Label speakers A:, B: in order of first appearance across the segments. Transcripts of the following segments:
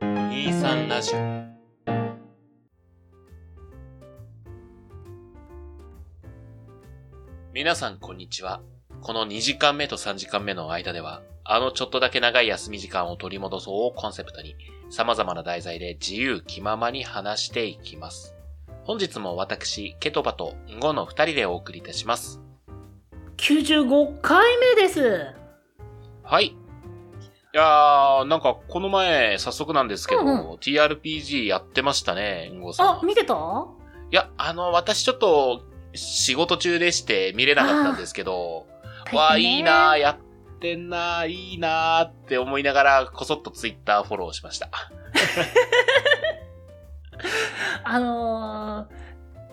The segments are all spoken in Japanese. A: 23ラジオ皆さんこんにちはこの2時間目と3時間目の間ではあのちょっとだけ長い休み時間を取り戻そうをコンセプトに様々な題材で自由気ままに話していきます本日も私ケトバとンゴの2人でお送りいたします
B: 95回目です。
A: はいいやー、なんか、この前、早速なんですけど、
B: うん
A: TRPG やってましたね、ンゴさん。
B: あ、見てた
A: いや、あの、私ちょっと、仕事中でして見れなかったんですけど、わあ、いいなあやってんなあいいなあって思いながら、こそっとツイッターフォローしました。
B: あの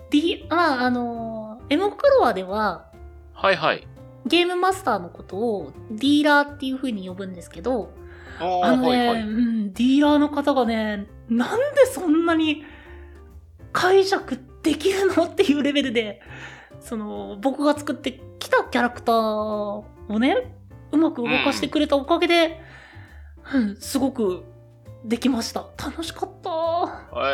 B: ー、D、まあ、あのー、エモクロアでは、
A: はいはい。
B: ゲームマスターのことをディーラーっていう風に呼ぶんですけど、
A: お
B: あ
A: ー、
B: の
A: は
B: ね、
A: いはい。
B: うん、ディーラーの方がね、なんでそんなに解釈できるのっていうレベルで、その、僕が作ってきたキャラクターをね、うまく動かしてくれたおかげで、うん、すごくできました。楽しかった。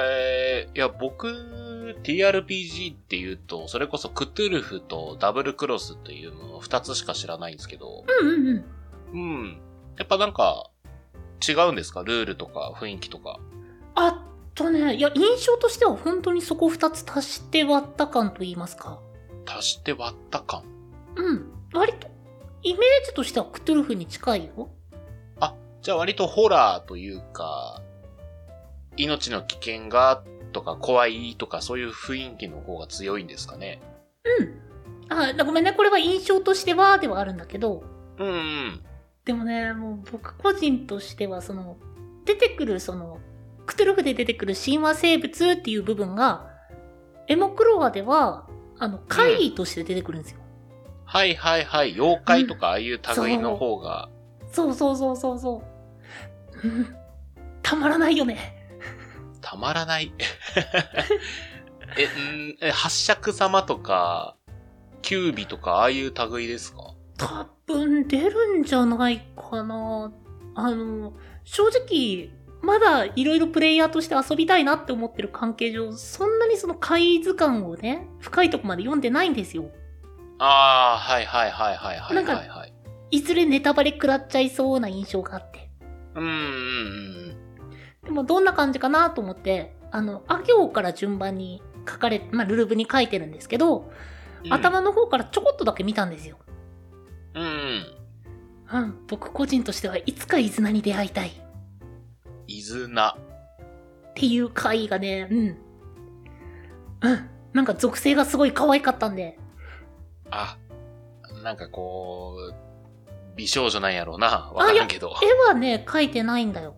A: えー、いや、僕、TRPG っていうと、それこそクトゥルフとダブルクロスというもの二つしか知らないんですけど、
B: うんうんうん。
A: うん。やっぱなんか、違うんですかルールとか雰囲気とか。
B: あとね、いや、印象としては本当にそこ2つ足して割った感と言いますか。
A: 足して割った感。
B: うん。割と、イメージとしてはクトゥルフに近いよ。
A: じゃあ割とホラーというか、命の危険がとか怖いとかそういう雰囲気の方が強いんですかね。
B: うん。あ、だごめんね。これは印象としてはではあるんだけど、
A: うんうん。
B: でもね、もう僕個人としては、その、出てくる、その、クトゥルフで出てくる神話生物っていう部分が、エモクロワでは、あの、怪異として出てくるんですよ。
A: はいはいはい。妖怪とかああいう類の方が。
B: そうそうそうそうそう。うん。 たまらないよね。
A: たまら ない。え、うんえ、八尺様とか、キュービとかああいう類ですか
B: 多分出るんじゃないかな。あの、正直、まだいろいろプレイヤーとして遊びたいなって思ってる関係上、そんなにその怪異図鑑をね、深いとこまで読んでないんですよ。
A: ああ、はいはいはいはいはい
B: なんか
A: はい、はい。
B: いずれネタバレ食らっちゃいそうな印象があって。
A: うんうんうん。
B: でもどんな感じかなと思って、あの、あ行から順番に書かれ、まあ、ルルブに書いてるんですけど、
A: うん。
B: 頭の方からちょこっとだけ見たんですよ。
A: うんうん。
B: うん、僕個人としてはいつかイズナに出会いたいっ
A: イズナ。
B: ていう回がね、うん。うん、なんか属性がすごい可愛かったんで、
A: あ、なんかこう、美少女なんやろうな。わからんけど。
B: 絵はね、書いてないんだよ。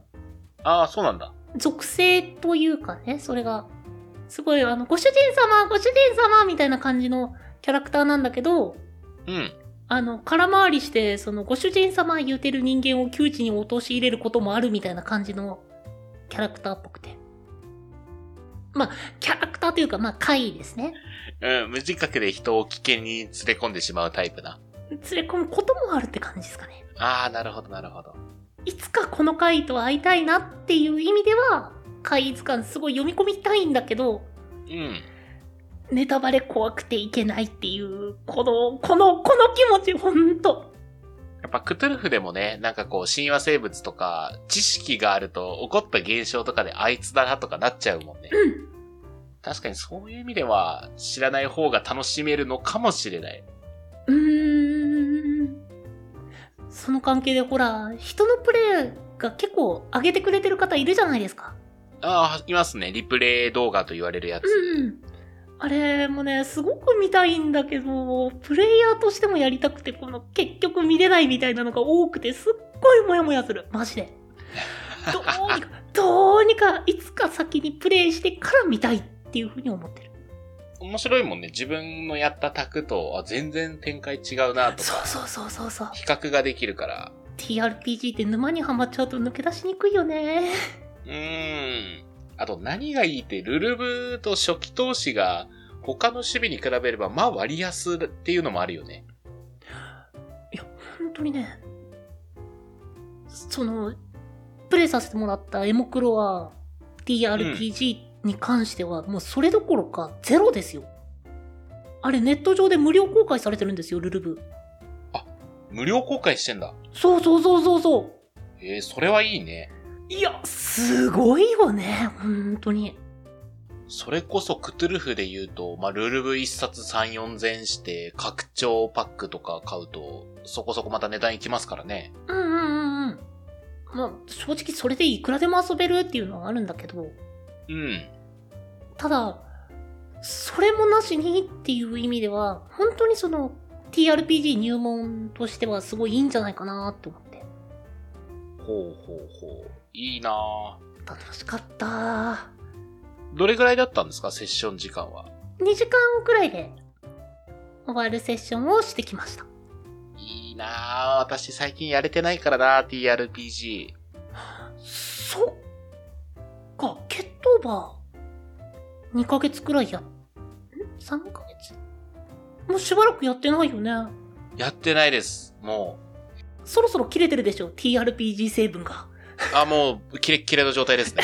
A: ああ、そうなんだ。
B: 属性というかね、それが、すごいあの、ご主人様、ご主人様みたいな感じのキャラクターなんだけど、
A: うん。
B: あの、空回りして、その、ご主人様言うてる人間を窮地に陥れることもあるみたいな感じのキャラクターっぽくて。まあ、キャラクターというか、まあ、怪異ですね。
A: うん、無自覚で人を危険に連れ込んでしまうタイプな。
B: 連れ込むこともあるって感じですかね。
A: ああ、なるほど、なるほど。
B: いつかこの怪異と会いたいなっていう意味では、怪異図鑑すごい読み込みたいんだけど、
A: うん。
B: ネタバレ怖くていけないっていう、この、この、この気持ち、ほんと。
A: やっぱクトゥルフでもね、なんかこう、神話生物とか、知識があると、起こった現象とかであいつだなとかなっちゃうもんね。
B: うん。
A: 確かにそういう意味では、知らない方が楽しめるのかもしれない。
B: うーんその関係でほら人のプレイが結構上げてくれてる方いるじゃないですか
A: ああ、いますね。リプレイ動画と言われるやつ。
B: うんうんあれもねすごく見たいんだけどプレイヤーとしてもやりたくてこの結局見れないみたいなのが多くてすっごいモヤモヤするマジ でどうにかどうにかいつか先にプレイしてから見たいっていうふうに思ってる
A: 面白いもんね。自分のやった卓と、あ、全然展開違うなとか、
B: そうそうそうそうそう
A: 比較ができるから。
B: TRPG って沼にはまっちゃうと抜け出しにくいよね
A: うーん。あと何がいいって、ルルブと初期投資が他の守備に比べれば、まあ割安っていうのもあるよね。
B: 本当にね、その、プレイさせてもらったエモクロは、 TRPG に関しては、もうそれどころかゼロですよ。あれ、ネット上で無料公開されてるんですよ、ルルブ。
A: 無料公開してんだ。
B: そうそうそうそうそう。
A: えー、それはいいね。
B: いや、すごいよね、本当に。
A: それこそクトゥルフで言うと、まあ、ルルブ一冊3、4千して、拡張パックとか買うと、そこそこまた値段いきますからね。
B: うんうんうんうん。まあ、正直それでいくらでも遊べるっていうのはあるんだけど、
A: うん。
B: ただ、それもなしにっていう意味では、本当にその TRPG 入門としてはすごいいいんじゃないかなって思って。
A: ほうほうほう。いいなぁ。
B: 楽しかったー。
A: どれぐらいだったんですかセッション時間は。
B: 2時間くらいで終わるセッションをしてきました。
A: いいなぁ。私最近やれてないからなぁ、TRPG。
B: そっか、ケットーバー、2ヶ月くらいや、ん ?3 ヶ月もうしばらくやってないよね。
A: やってないです。も
B: そろそろ切れてるでしょ、TRPG 成分が。
A: う。あ、もう、キレッキレの状態ですね。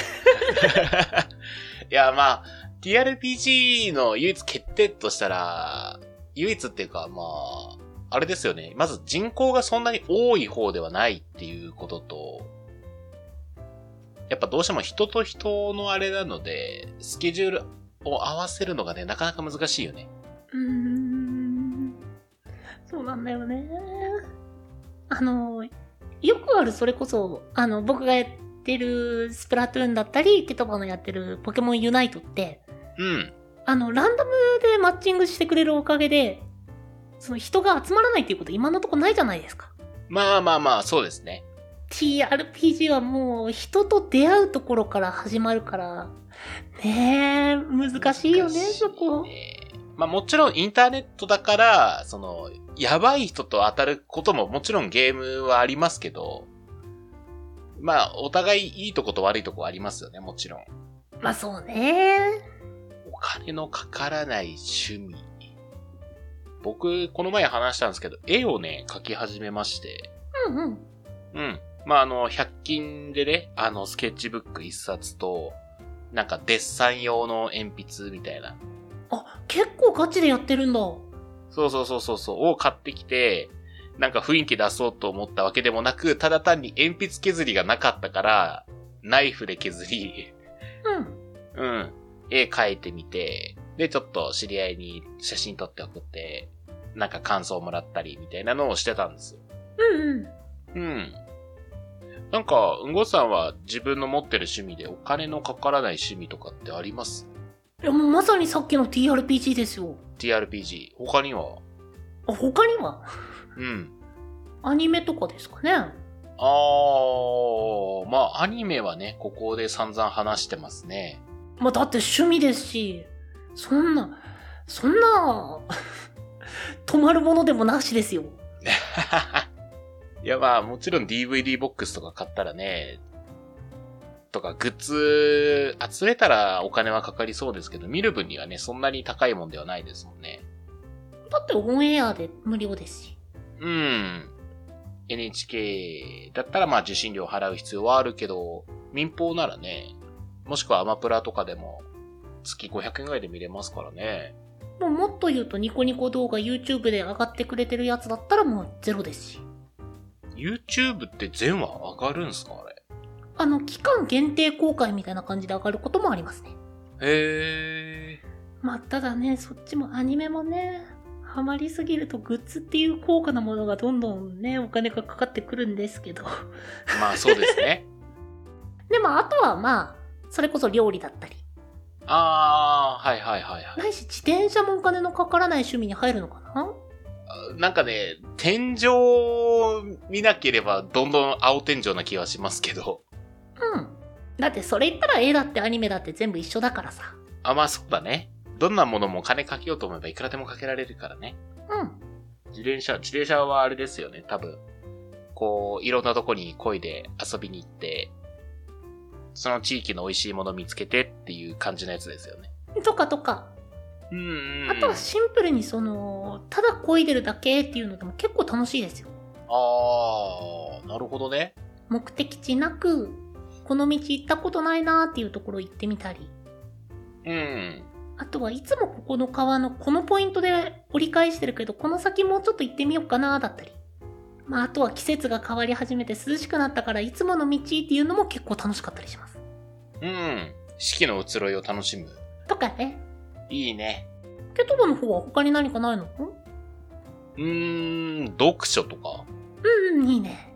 A: いや、まあ、TRPG の唯一欠点としたら、唯一っていうか、まあ、あれですよね。まず人口がそんなに多い方ではないっていうことと、やっぱどうしても人と人のあれなので、スケジュールを合わせるのがね、なかなか難しいよね。
B: うーん。そうなんだよね。あの、よくある、それこそ、あの、僕がやってるスプラトゥーンだったり、ケトバのやってるポケモンユナイトって、
A: うん。
B: あの、ランダムでマッチングしてくれるおかげで、その人が集まらないっていうこと今のとこないじゃないですか。
A: まあまあまあ、そうですね。
B: TRPG はもう人と出会うところから始まるから、ねえ、難しいよね、
A: 難しい
B: そこ。
A: ねまあもちろんインターネットだから、その、やばい人と当たることももちろんゲームはありますけど、まあお互いいいとこと悪いとこありますよね、もちろん。
B: まあそうね。
A: お金のかからない趣味。僕、この前話したんですけど、絵をね、描き始めまして。
B: うんうん。
A: うん。まああの、100均でね、あの、スケッチブック1冊と、なんかデッサン用の鉛筆みたいな
B: あ、結構ガチでやってるんだ。
A: そうそうそうそうそう、を買ってきて、なんか雰囲気出そうと思ったわけでもなく、ただ単に鉛筆削りがなかったから、ナイフで削り、
B: うん。
A: うん、絵描いてみて、で、ちょっと知り合いに写真撮って送って、なんか感想もらったりみたいなのをしてたんですよ。
B: うんうん。
A: うん。なんか、うんごさんは自分の持ってる趣味でお金のかからない趣味とかってあります
B: いやもうまさにさっきの TRPG ですよ。
A: ?TRPG。他には
B: あ、他には
A: うん。
B: アニメとかですかね。
A: あー、まあ、アニメはね、ここで散々話してますね。
B: まあ、だって趣味ですし、そんな、そんな、 止まるものでもなしですよ。
A: いや、まあ、もちろん DVD ボックスとか買ったらね、とか、グッズ集めたらお金はかかりそうですけど、見る分にはね、そんなに高いもんではないですもんね。
B: だってオンエアで無料ですし。
A: うん。NHK だったらまあ受信料払う必要はあるけど、民放ならね、もしくはアマプラとかでも月500円ぐらいで見れますからね。
B: もうもっと言うとニコニコ動画 YouTube で上がってくれてるやつだったらもうゼロですし。
A: YouTube って全話上がるんすかあれ。
B: あの、期間限定公開みたいな感じで上がることもありますね。
A: へえ。
B: まあ、ただね、そっちもアニメもね、ハマりすぎるとグッズっていう高価なものがどんどんね、お金がかかってくるんですけど。
A: まあそうです ね。
B: でもあとはまあ、それこそ料理だったり。
A: ああ、はいはいはいは。
B: ないし、自転車もお金のかからない趣味に入るのかない
A: なんかね、天井を見なければどんどん青天井な気はしますけど。
B: うん。だってそれ言ったら絵だってアニメだって全部一緒だからさ。
A: あ、まあそうだね。どんなものも金かけようと思えばいくらでもかけられるからね。
B: うん。
A: 自転車、自転車はあれですよね、多分。こう、いろんなとこに漕いで遊びに行って、その地域の美味しいもの見つけてっていう感じのやつですよね。
B: とかとか。
A: うんうんうん。
B: あとはシンプルにその、ただ漕いでるだけっていうのでも結構楽しいですよ。
A: あー、なるほどね。
B: 目的地なく、この道行ったことないなーっていうところ行ってみたり、
A: うん。
B: あとはいつもここの川のこのポイントで折り返してるけど、この先もうちょっと行ってみようかなーだったり。まあ、あとは季節が変わり始めて涼しくなったから、いつもの道っていうのも結構楽しかったりします。
A: うん。四季の移ろいを楽しむ。
B: とかね。
A: いいね。
B: ケトバの方は他に何かないの
A: うーん、読書とか。
B: うんうん、いいね。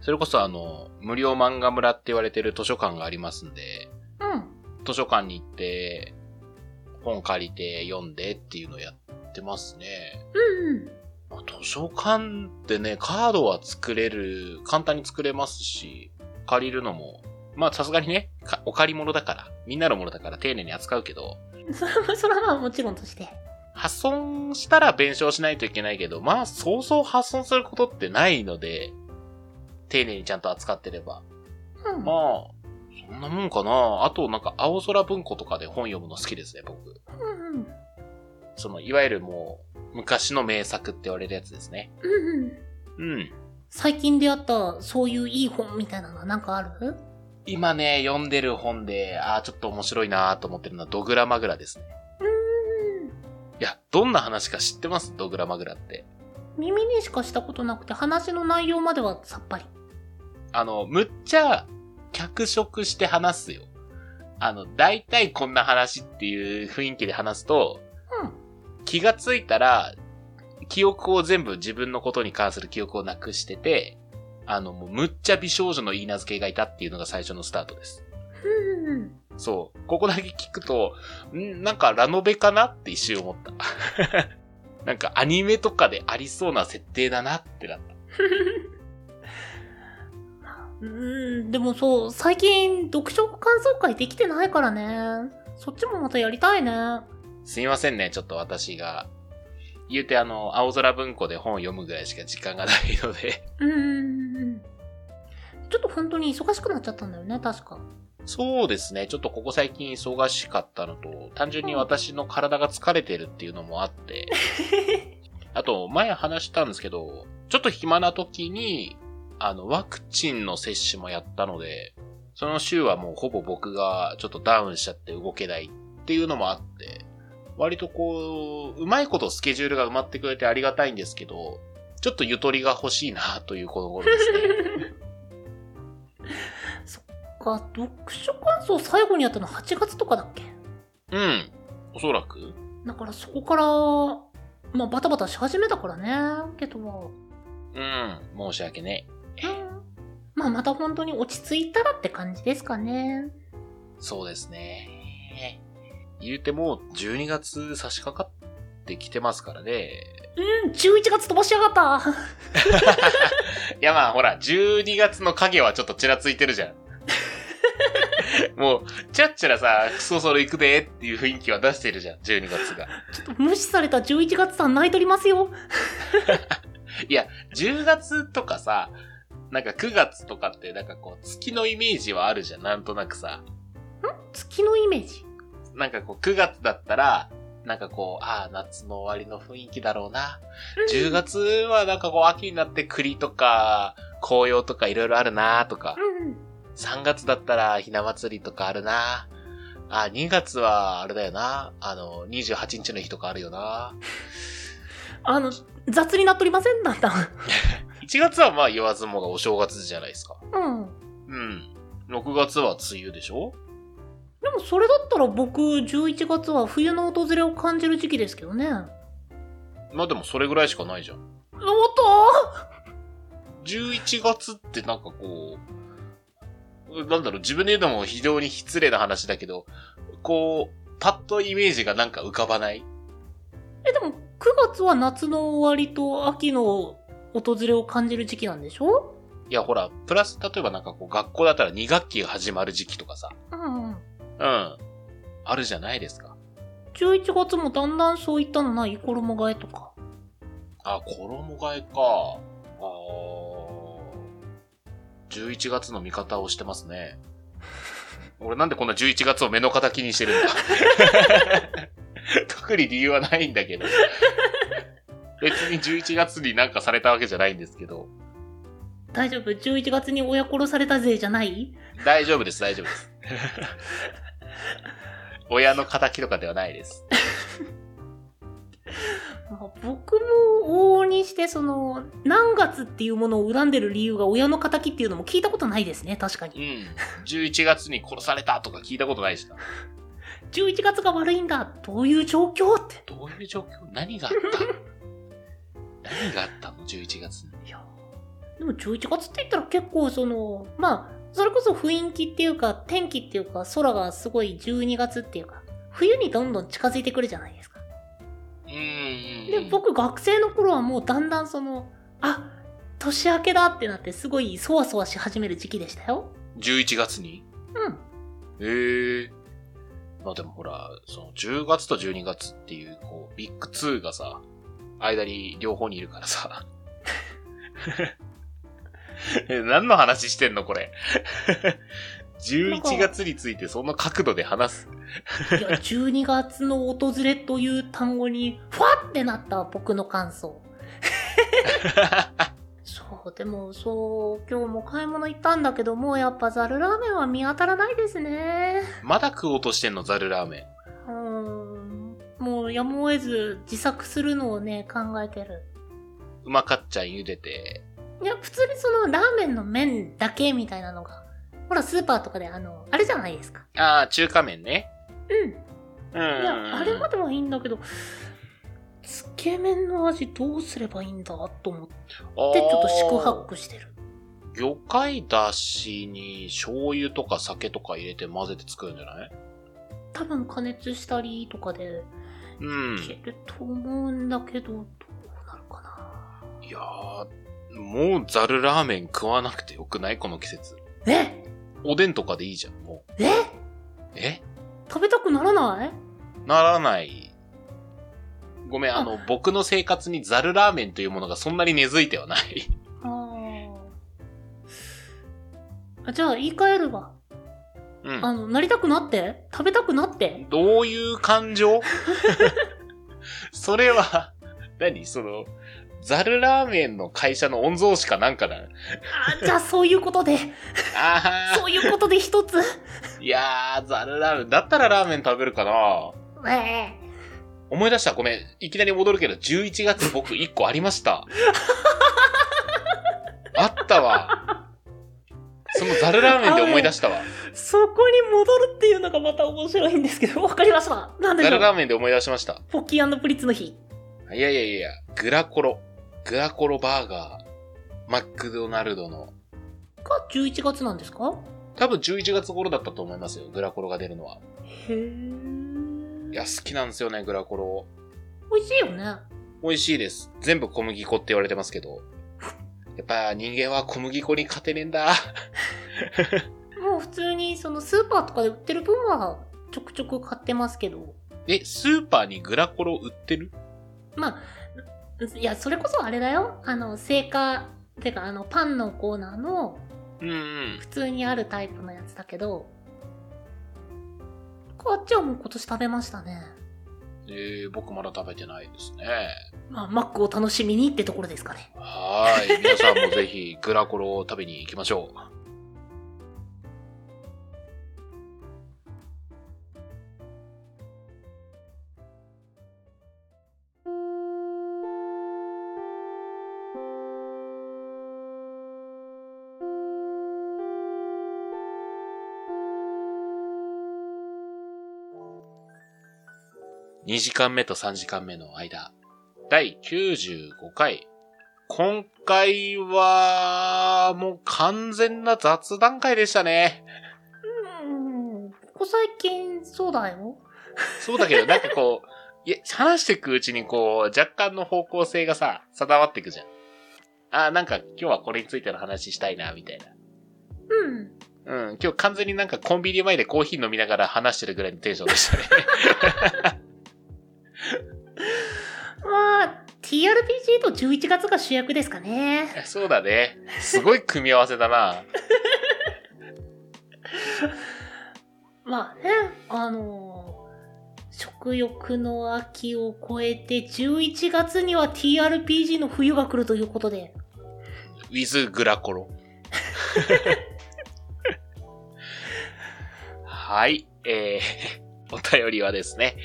A: それこそあの、無料漫画村って言われてる図書館がありますんで、
B: うん。
A: 図書館に行って、本借りて読んでっていうのやってますね。
B: うんうん。
A: まあ図書館ってね、カードは作れる、簡単に作れますし、借りるのも、まあさすがにね、かお借り物だから、みんなのものだから丁寧に扱うけど、
B: それは、それはまあもちろんとして。
A: 発損したら弁償しないといけないけど、まあそうそう発損することってないので、丁寧にちゃんと扱ってれば。
B: うん。
A: まあ、そんなもんかな。あとなんか青空文庫とかで本読むの好きですね、僕。
B: うんうん。
A: その、いわゆるもう、昔の名作って言われるやつですね。
B: うんうん。
A: うん。
B: 最近出会った、そういういい本みたいなのはなんかある
A: 今ね、読んでる本で、ああ、ちょっと面白いなーと思ってるのはドグラマグラですね。
B: うん。
A: いや、どんな話か知ってますドグラマグラって。
B: 耳にしかしたことなくて、話の内容まではさっぱり。
A: あの、むっちゃ、脚色して話すよ。あの、大体こんな話っていう雰囲気で話すと、
B: うん。
A: 気がついたら、記憶を全部自分のことに関する記憶をなくしてて、あの、もうむっちゃ美少女の言い名付けがいたっていうのが最初のスタートです。
B: うん。
A: そう。ここだけ聞くと、んなんかラノベかなって一瞬思った。 なんかアニメとかでありそうな設定だなってなった。
B: うん、でもそう、最近読書感想会できてないからね。そっちもまたやりたいね。
A: すみませんね、ちょっと私が。言うてあの、青空文庫で本を読むぐらいしか時間がないので。
B: うん。ちょっと本当に忙しくなっちゃったんだよね、確 か。
A: そうですね、ちょっとここ最近忙しかったのと、単純に私の体が疲れてるっていうのもあって。あと、前話したんですけど、ちょっと暇な時に、あの、ワクチンの接種もやったので、その週はもうほぼ僕がちょっとダウンしちゃって動けないっていうのもあって、割とこう、うまいことスケジュールが埋まってくれてありがたいんですけど、ちょっとゆとりが欲しいなというこの頃です ね。
B: そっか、読書感想最後にやったの8月とかだっけ
A: うん。おそらく。
B: だからそこから、まあバタバタし始めたからね、けども。
A: うん。申し訳ね。
B: まあまた本当に落ち着いたらって感じですかね。
A: そうですね。言うても、12月差し掛かってきてますからね。
B: うん、11月飛ばしやがった。
A: いやまあほら、12月の影はちょっとちらついてるじゃん。もう、ちらっちらさ、そろそろ行くでっていう雰囲気は出してるじゃん、12月が。
B: ちょっと無視された11月さん泣いとりますよ。
A: 10月とかさ、なんか9月とかってなんかこう、月のイメージはあるじゃん、なんとなくさ。
B: 月のイメージ。
A: なんかこう、9月だったら、なんかこう、ああ、夏の終わりの雰囲気だろうな。10月はなんかこう、秋になって栗とか、紅葉とかいろいろあるなとか。
B: うん。
A: 3月だったらひな祭りとかあるな。あ、2月はあれだよな。あの、28日の日とかあるよな。
B: あの、雑になっとりませんだんだん。
A: 1月はまあ言わずもがお正月じゃないですか。
B: うん。
A: うん。6月は梅雨でしょ
B: でもそれだったら僕、11月は冬の訪れを感じる時期ですけどね。おっ
A: まあでもそれぐらいしかないじゃん。
B: と
A: 11月ってなんかこう、なんだろう、自分で言うのも非常に失礼な話だけど、こう、パッとイメージがなんか浮かばない
B: え、でも9月は夏の終わりと秋の訪れを感じる時期なんでしょ
A: いやほら、プラス例えばなんかこう学校だったら2学期が始まる時期とかさ。
B: うんうん。
A: うん。あるじゃないですか。
B: 11月もだんだんそういったのない衣替えとか。
A: あ、衣替えか。あー11月の味方をしてますね。俺なんでこんな11月を目の敵にしてるんだ特に理由はないんだけど。別に11月になんかされたわけじゃないんですけど。
B: 大丈夫 ?11 月に親殺されたぜじゃない
A: 大丈夫です、大丈夫です。親の仇とかではないです。
B: まあ僕も往々にしてその何月っていうものを恨んでる理由が親の敵っていうのも聞いたことないですね確か
A: う
B: に
A: ん。11月に殺されたとか聞いたことないしな。
B: 11月が悪いんだどういう状況って
A: どういう状況何があった 何があったの ?11 月に。
B: いやでも11月って言ったら結構そのまあそれこそ雰囲気っていうか天気っていうか空がすごい12月っていうか冬にどんどん近づいてくるじゃないですか
A: うーん。
B: で僕学生の頃はもうだんだんそのあ年明けだってなってすごいそわそわし始める時期でしたよ
A: 11月に
B: うん
A: ええまあでもほら、その10月と12月っていう、こう、ビッグ2がさ、間に両方にいるからさ。 え何の話してんのこれ。11月についてその角度で話す。
B: いや、12月の訪れという単語に、ふわってなった僕の感想。そう、でもそう、今日も買い物行ったんだけど、もうやっぱザルラーメンは見当たらないですね。
A: まだ食おうとしてんのザルラーメン。
B: うーん。もうやむを得ず自作するのをね、考えてる。
A: うまかっちゃん茹でて。
B: いや、普通にそのラーメンの麺だけみたいなのが、ほら、スーパーとかであの、あれじゃないですか。
A: ああ、中華麺ね。
B: うん。
A: うん。
B: いや、あれまではいいんだけど、つけ麺の味どうすればいいんだと思ってってちょっと四苦八苦してる
A: 魚介だしに醤油とか酒とか入れて混ぜて作るんじゃない
B: 多分加熱したりとかで
A: うん。
B: いけると思うんだけど、どうなるかない
A: やー、もうザルラーメン食わなくてよくないこの季節。
B: え
A: おでんとかでいいじゃん、もう。
B: え
A: え
B: 食べたくならない
A: ならない。ごめん、あの、僕の生活にザルラーメンというものがそんなに根付いてはない。
B: あーあじゃあ言い換えるわ、
A: うん。
B: あのなりたくなって食べたくなって
A: どういう感 情それは、何その、ザルラーメンの会社の御曹司かなんかだ。
B: あじゃあそういうことで
A: あ
B: そういうことで一つ
A: ー、いやー、ザルラーメン。だったらラーメン食べるかな
B: ええ
A: 思い出した。ごめん。いきなり戻るけど、11月僕1個ありました。 あったわ。そのザルラーメンで思い出したわ。
B: そこに戻るっていうのがまた面白いんですけど わかりましたなんで
A: ザ
B: しょ
A: ルラ
B: う
A: ーメンで思い出しました。
B: ポッキープリッツの日
A: いやいやいや、グラコロ。グラコロバーガー。マクドナルドの。
B: が11月なんですか
A: 多分11月頃だったと思いますよ。グラコロが出るのは。
B: へえ
A: いや、好きなんですよね、グラコロ。
B: 美味しいよね
A: 美味しいです。全部小麦粉って言われてますけど。やっぱ人間は小麦粉に勝てねえんだ。
B: もう普通にそのスーパーとかで売ってる分はちょくちょく買ってますけど
A: え、スーパーにグラコロ売ってる
B: まあいやそれこそあれだよあの製菓てかあのパンのコーナーの
A: うんうん。
B: 普通にあるタイプのやつだけどこっちはもう今年食べましたね
A: えー、僕まだ食べてないですね。
B: まあマックを楽しみにってところですかね
A: はーい。皆さんもぜひ、グラコロを食べに行きましょう。2時間目と3時間目の間、第95回。今回は、もう完全な雑談会でしたね。
B: うんここ最近そうだよ
A: そうだけど、なんかこう、 いや、話していくうちにこう、若干の方向性がさ、定まっていくじゃん。あーなんか今日はこれについての話したいな、みたいな。
B: うん
A: うん、今日完全になんかコンビニ前でコーヒー飲みながら話してるぐらいのテンションでしたね。
B: まあ TRPG と11月が主役ですかね
A: そうだね。すごい組み合わせだな。
B: まあね、あのー食欲の秋を超えて11月には TRPG の冬が来るということで、
A: with グラコロ。はい。えー、お便りはですね、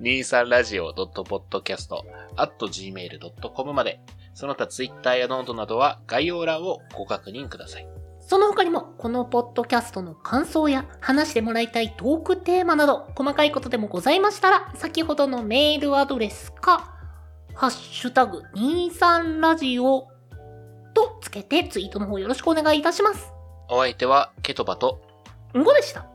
A: 23radio.podcast.gmail.com まで、その他ツイッターやノートなどは概要欄をご確認ください。
B: その他にも、このポッドキャストの感想や、話してもらいたいトークテーマなど、細かいことでもございましたら、先ほどのメールアドレスか、ハッシュタグ23ラジオとつけてツイートの方よろしくお願いいたします。
A: お相手はケトバと
B: うんこでした。